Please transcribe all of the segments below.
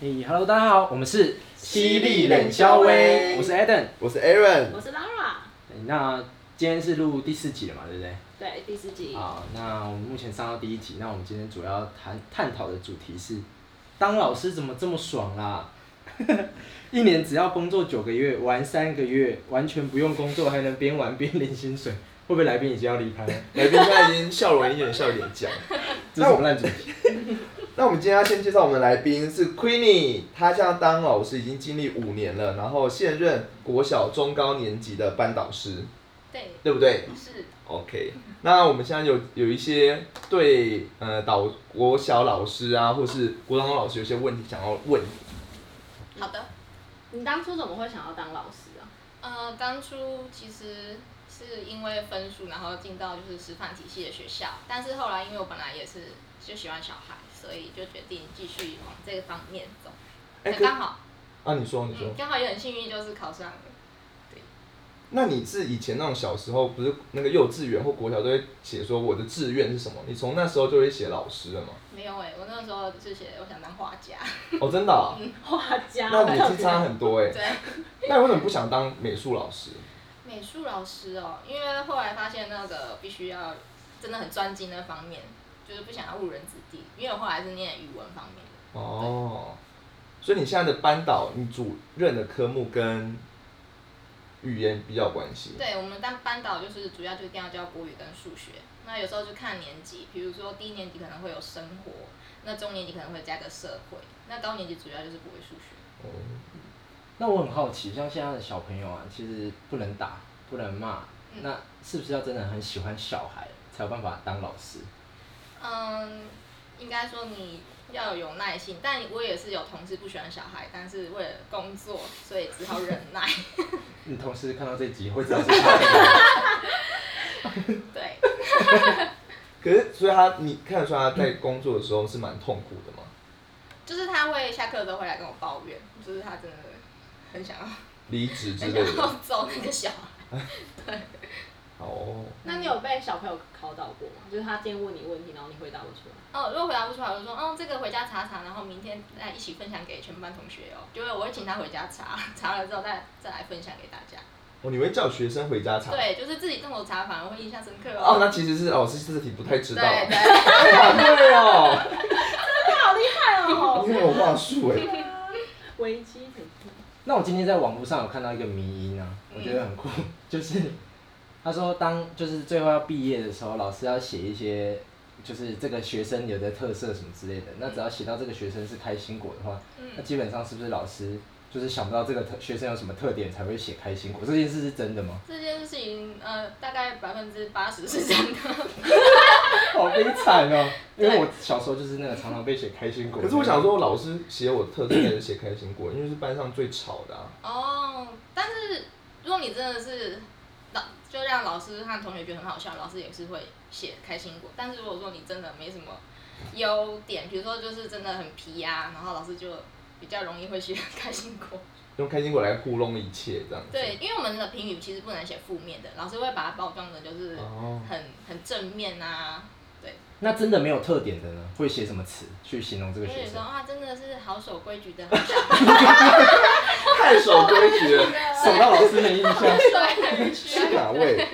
嘿、h e l l o 大家好，我们是犀利冷肖威我是 Adam、我是 Aaron，我是 Lara，哎那今天是录第四集了嘛，对不对？对，第四集，好，那我们目前上到第一集，那我们今天主要谈探讨的主题是，当老师怎么这么爽啦？ 一年只要工作九个月，玩三个月，完全不用工作，还能边玩边领薪水，会不会来宾已经要离开了？来宾现在已经笑容一点笑脸僵。这是什么烂主题？ 那我们今天要先介绍我们的来宾是 Queenie，她现在当老师已经经历五年了，然后现任国小中高年级的班导师，对，对不对是， ？OK，那我们现在有有一些对呃导国小老师啊，或是国中老师有些问题想要问你，好的，你当初怎么会想要当老师啊？ 呃，当初其实是因为分数，然后进到就是师范体系的学校，但是后来因为我本来也是就喜欢小孩，所以就决定继续往这个方面走。哎那可刚好，啊，你说你说嗯，，刚好也很幸运，就是考上了。那你是以前那种小时候不是那个幼稚园或国小都会写说我的志愿是什么？你从那时候就会写老师了吗？没有哎、我那时候是写我想当画家，哦，真的、啊。画家，那你是差很多哎、对，那你为什么不想当美术老师？美术老师哦，因为后来发现那个必须要真的很专精那方面，就是不想要误人子弟，因为我后来是念语文方面的。哦，所以你现在的班导，你主任的科目跟语言比较有关系。对，我们当班导就是主要就一定要教国语跟数学。那有时候就看年级，比如说低年级可能会有生活，那中年级可能会加个社会，那高年级主要就是国语数学。哦，那我很好奇，像现在的小朋友啊，其实不能打，不能骂，嗯那是不是要真的很喜欢小孩才有办法当老师？嗯，应该说你要有耐心，但我也是有同事不喜欢小孩，但是为了工作，所以只好忍耐。你同事看到这集会知道是他。 对，可是所以他，你看得出来他在工作的时候是蛮痛苦的嘛？就是他会下课都会来跟我抱怨，就是他真的很想要离职之很类 想要的。揍那个小孩。哦，那你有被小朋友考倒过吗？就是他今天问你问题，然后你回答不出来，哦，如果回答不出来，我就说，哦，这个回家查查，然后明天再一起分享给全班同学哦。就是我会请他回家查， 查了之后再再来分享给大家。哦，你会叫学生回家查？对，就是自己动手查，反而会印象深刻哦，哦。那其实是老师这题不太知对道。 对，哎呀，对 哦，好哦厉害哦！你很有话术 哎。危机很 那我今天在网络上有看到一个迷因啊，我觉得很酷，嗯就是他说当就是最后要毕业的时候，老师要写一些就是这个学生有的特色什么之类的。那只要写到这个学生是开心果的话，那嗯，基本上是不是老师就是想不到这个特学生有什么特点才会写开心果？这件事是真的吗？这件事情呃，大概百分之八十是真的。 好悲惨哦！因为对我小时候就是那个常常被写开心果。可是我想，说，老师写我特色还是写开心果，因为是班上最吵的啊。哦，但是如果你真的是老，就让老师和同学觉得很好笑，老师也是会写开心果。但是如果说你真的没什么优点，比如说就是真的很皮呀、然后老师就比较容易会写开心果。用开心果来糊弄一切这样子。对，因为我们的评语其实不能写负面的，老师会把它包装的就是哦，很很正面啊。对，那真的没有特点的呢，会写什么词去形容这因个为学你说 生？啊，真的是好守规矩的好小太守规矩 了，手到老师没印象。孩，是哪位？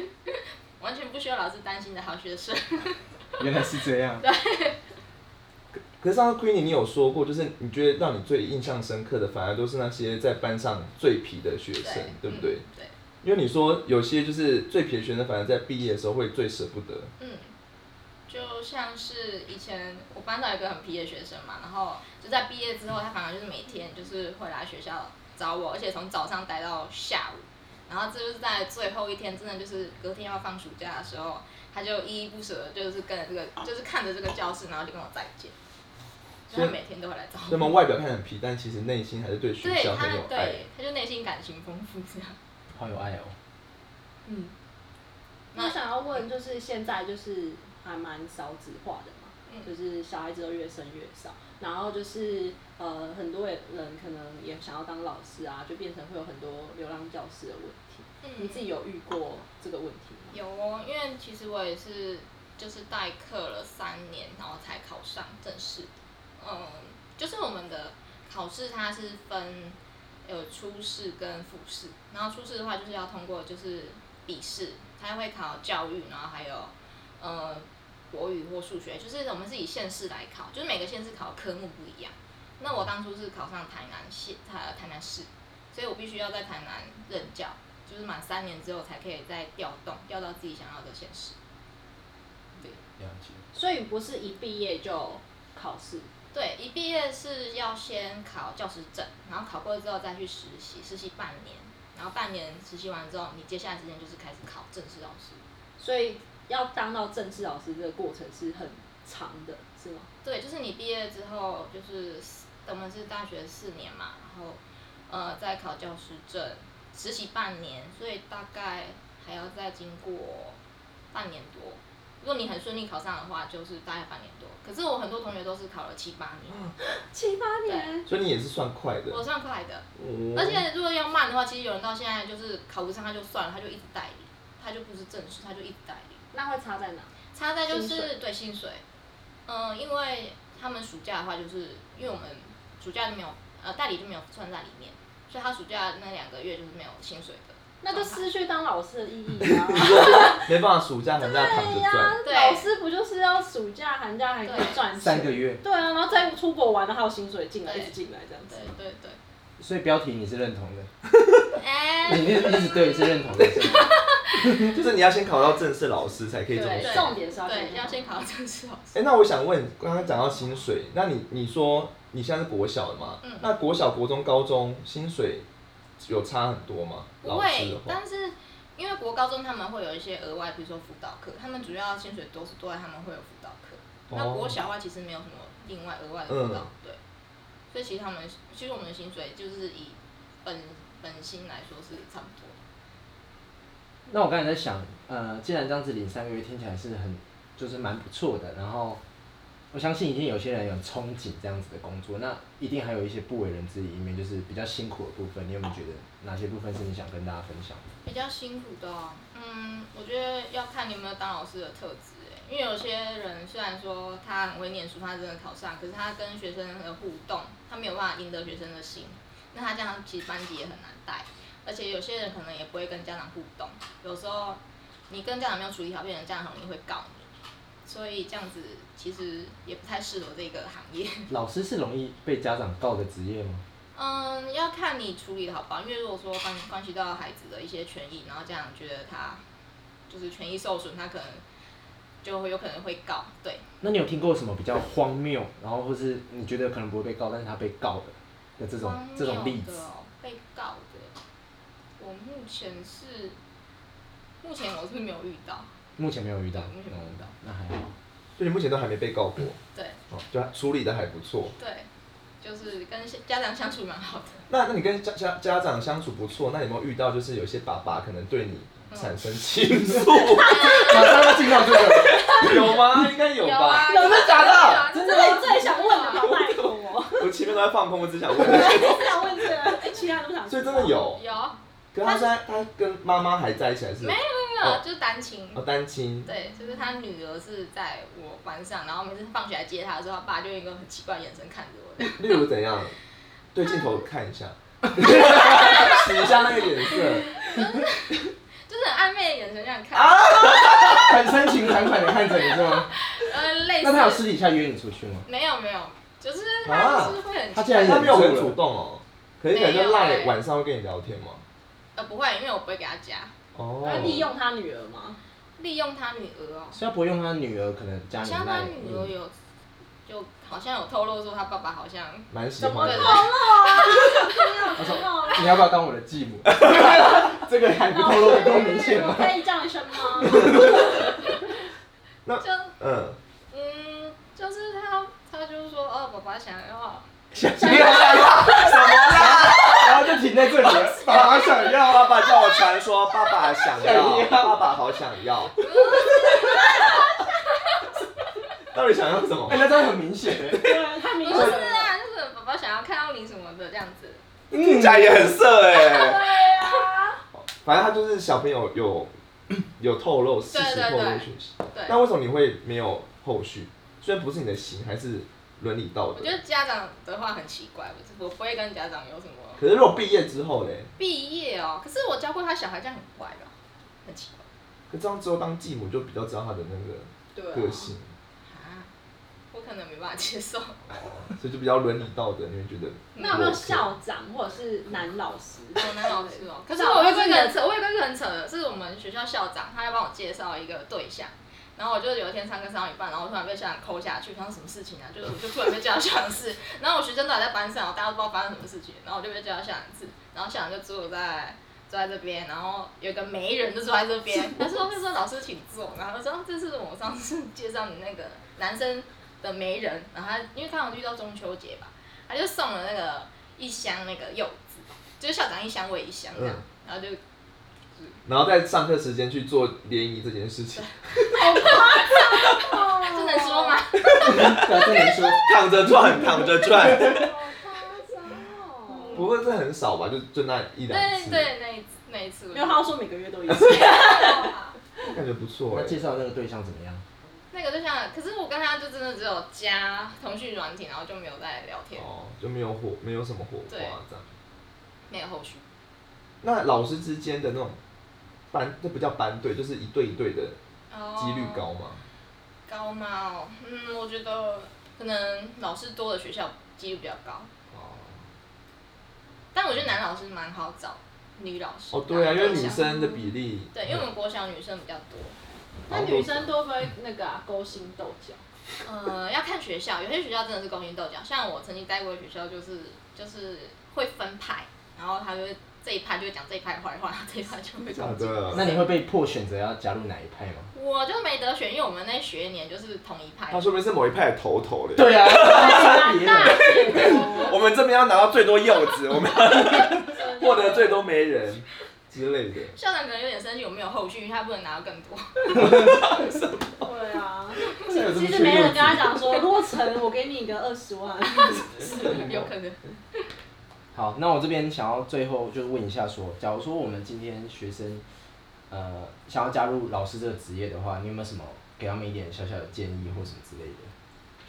完全不需要老师担心的好学生。 原来是这样。可是上次 Queenie 你有说过，就是你觉得让你最印象深刻的，反而都是那些在班上最皮的学生，对不对？嗯对。因为你说有些就是最皮的学生，反而在毕业的时候会最舍不得。嗯，就像是以前我班上有一个很皮的学生嘛，然后就在毕业之后，他反而就是每天就是会来学校找我，而且从早上待到下午。然后这就是在最后一天，真的就是隔天要放暑假的时候，他就依依不舍地就是跟着这个，就是看着这个教室，然后就跟我再见。就所以他每天都会来找所以他们我。外表看很皮，但其实内心还是对学对校他很有，爱对。他就内心感情丰富这样。好有爱哦。嗯，那我想要问，就是现在就是还蛮少子化的嘛，嗯就是小孩子都越生越少，然后就是呃很多人可能也想要当老师啊，就变成会有很多流浪教师的问题。嗯你自己有遇过这个问题吗？有哦，因为其实我也是就是代课了三年，然后才考上正式。嗯，就是我们的考试它是分有初试跟复试，然后初试的话就是要通过就是笔试，它会考教育，然后还有呃国语或数学，就是我们是以县市来考，就是每个县市考科目不一样。那我当初是考上台南县，呃台南市，所以我必须要在台南任教，就是满三年之后才可以再调动，调到自己想要的县市。了解。所以不是一毕业就考试，对，一毕业是要先考教师证，然后考过之后再去实习，实习半年，然后半年实习完之后，你接下来时间就是开始考正式老师。所以要当到正式老师这个过程是很长的，是吗？对，就是你毕业之后，就是四我们是大学四年嘛，然后呃再考教师证，实习半年，所以大概还要再经过半年多。如果你很顺利考上的话，就是大概半年多。可是我很多同学都是考了七八年，七八年，所以你也是算快的。我算快的。哦而且如果要慢的话，其实有人到现在就是考不上，他就算了，他就一直代理，他就不是正式，他就一直代理。那会差在哪？差在就是薪水对薪水，嗯、因为他们暑假的话，就是因为我们暑假就没有呃代理就没有算在里面，所以他暑假那两个月就是没有薪水的。那就失去当老师的意义 啊！没办法，暑假寒假躺着赚。对老师不就是要暑假、寒假还可以赚钱？三个。月，对啊，然后再出国玩，然后还有薪水进来，对一直进来这样子对。对对，所以标题你是认同的，哎、你一直对是认同的，是吗？就是你要先考到正式老师才可以这么对，爽。重点是要对，要先先考正式老师。哎、那我想问，刚刚讲到薪水，那你你说你现在是国小的嘛？嗯那国小、国中、高中薪水有差很多吗？不老师的会，话，但是因为国高中他们会有一些额外，比如说辅导课，他们主要薪水都是都在他们会有辅导课。那哦嗯国小的话其实没有什么另外额外的辅导，对。所以其实他们其实我们的薪水就是以本本薪来说是差不多的。那我刚才在想，呃，既然这样子领三个月听起来是很，就是蛮不错的，然后我相信一定有些人有憧憬这样子的工作，那一定还有一些不为人知的一面，就是比较辛苦的部分，你有没有觉得哪些部分是你想跟大家分享的？比较辛苦的哦、嗯，我觉得要看你有没有当老师的特质欸，因为有些人虽然说他很会念书，他真的考上，可是他跟学生的互动，他没有办法赢得学生的心，那他这样其实班级也很难带，而且有些人可能也不会跟家长互动，有时候你跟家长没有处理好，变成家长很容易会告你，所以这样子其实也不太适合这个行业。老师是容易被家长告的职业吗？嗯，要看你处理的好不好，因为如果说关关系到孩子的一些权益，然后家长觉得他就是权益受损，他可能就会有可能会告，对，那你有听过什么比较荒谬，然后或是你觉得可能不会被告，但是他被告的的这种荒这种谬例的子？哦被告的，我目前是目前我是没有遇到，目前没有遇到，目前没有遇到嗯那还好。就你目前都还没被告过，对哦，就处理的还不错。对，就是跟家长相处蛮好的，那那你跟家家家长相处不错，那有没有遇到就是有些爸爸可能对你嗯产生倾诉？ 啊马上要进到这个，有吗？应该有有啊吧？真的假的？哦这真是你最想问的吧？拜托我， 我前面都在放空，我只想问， 我想问这个，哎其他都不想。所以真的。有。有可是他现在他跟妈妈还在一起还是？没没有哦啊就是单亲哦，单亲。对，就是他女儿是在我班上，然后每次放学来接他的时候，他爸就用一个很奇怪的眼神看着我。例如怎样？对镜头看一 下，洗一下那个脸色。就是很暧昧的眼神这样看，啊很深情款款的看着你是吗？呃，类那他有私似底下约你出去吗？没有没有，就是啊他就是会很、他竟然他没有忍很住主了，动哦，可是可能就没有赖欸晚上会跟你聊天吗？呃不会，因为我不会给他加，他哦，啊利用他女儿吗？利用他女儿哦，所以他不会用他女儿可能家里嗯像他来女儿有。就好像有透露说他爸爸好像蛮喜怎么欢透的对。露啊？怎么透露啊？嗯你要不要当我的继母？ 这个还不透露的够明显我 吗？可以叫一声啊吗？就嗯，嗯，就是他他就是说哦，爸爸想要想要想要什么啦？ 然后就停在这里了，爸爸想要。爸爸叫我传说，爸爸想想要，要爸爸好想要。 到底想要什么哎，？那这样很明 显欸，对啊，太明不显是了。啊，就是爸爸想要看到你什么的这样子，听起来也很色哎。对啊，反正他就是小朋友有有透露，适时对透对露对讯息。对，那为什么你会没有后续？虽然不是你的型，还是伦理道我德觉。得家长的话很奇怪，我是我不会跟家长有什么可是如果毕业之后嘞，毕业哦。可是我教过他小孩，这样很坏吧？很奇怪可这样之后当继母就比较知道他的那对个啊个 性，啊，我可能没办法接受。所以就比较伦理道德，你会觉得。那有没有校长或者是男老师？好难老师哦。可是我有一个很扯，我有一个很扯的，是我们学校校长，他要帮我介绍一个对象。然后我就有一天上课上到一半，然后我突然被校长扣下去，然后什么事情啊？就是我就突然被叫到校长室，然后我学生都还在班上，大家都不知道发生什么事情，然后我就被叫到校长室，然后校长就坐在坐在这边，然后有一个媒人就坐在这边，他说他说老师请坐，然后他说啊这是我上次介绍你那个男生的媒人，然后他因为刚好遇到中秋节吧，他就送了那个一箱那个柚子，就是校长一箱我也一箱嗯这样，然后就呃然后在上课时间去做联谊这件事情，这能说吗？对啊，这能说躺着 转，躺着转。哦，不过这很少吧，就就那一 两对次，对，那一次那一次我没就有，他说每个月都一次。感觉不错那哎、介绍那个对象怎么样？ 那个对象，可是我跟他就真的只有加通讯软体，然后就没有再聊天，哦，就没有火，没有什么火花这对样。没有后续。那老师之间的那种班，这不叫班队，就是一对一对的哦几率高吗？高吗？哦，嗯，我觉得可能老师多的学校几率比较高，哦，但我觉得男老师蛮好找，女老师哦对啊，因为当女然生的比例，对，因为我们国小女生比较多，那女生多不会那个啊勾心斗角？呃，要看学校，有些学校真的是勾心斗角，像我曾经待过的学校就是就是会分派，然后他就会这一派就会讲这一派坏话，这一派就会假攻击。的，那你会被迫选择要加入哪一派吗？我就没得选，因为我们那学年就是同一派他。说明是某一派的头头嘞。，对啊， 大姐头，我们这边要拿到最多柚子，我们要获得最多媒人之类的。校长可能有点生气，我没有后续，因为他不能拿到更多。对啊。这有这么其缺实没人柚跟子？他讲说，如果成，我给你一个二十万。 有可能。好，那我这边想要最后就问一下说，假如说我们今天学生，呃，想要加入老师这个职业的话，你有没有什么给他们一点小小的建议或什么之类的？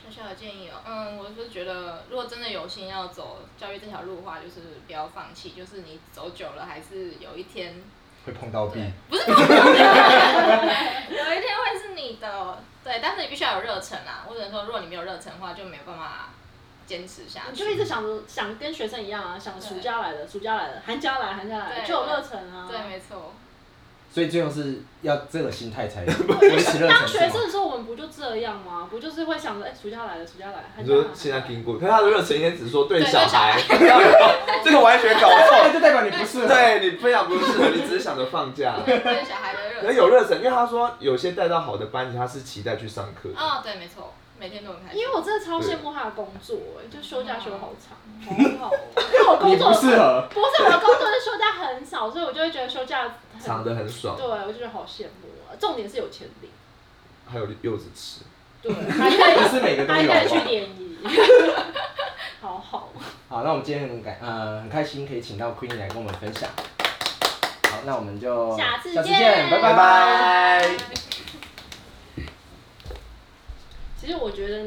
小小的建议哦，嗯，我就觉得，如果真的有心要走教育这条路的话，就是不要放弃，就是你走久了，还是有一天，会碰到壁，有一天会是你的，对，但是你必须要有热忱啊。或者说，如果你没有热忱的话，就没有办法坚持下你去。就一直想着想跟学生一样啊，想暑假来了，暑假来了，寒假来了，寒假来了，对就有热忱啊。对，没错。所以最后是要这个心态才维持热当忱学是生吗？的时候，我们不就这样吗？不就是会想着，哎，暑假来了，暑假来了，寒你假来说了。现在听过，可是他的热忱应该只是说对对小对小孩， 这个完全搞错。那就代表你不 是啊对你非常不适合，你只是想着放假。对小孩的可热忱。是有热忱，因为他说有些带到好的班级，他是期待去上课的。哦，对，没错，每天都很开心。因为我真的超羡慕他的工作、哎，就休假休好长， 好好、哦。因为我你工作不适合。不是我的工作是休假很少，所以我就会觉得休假很藏得很爽对，，我就觉得好羡慕、啊。重点是有钱领，还有柚子吃。 对，还可以不是每个都还有可好以不去好。联谊，好好。好，那我们今天很感呃很开心可以请到 Queen 来跟我们分享。好，那我们就下次下次见见，拜拜拜。其实我觉得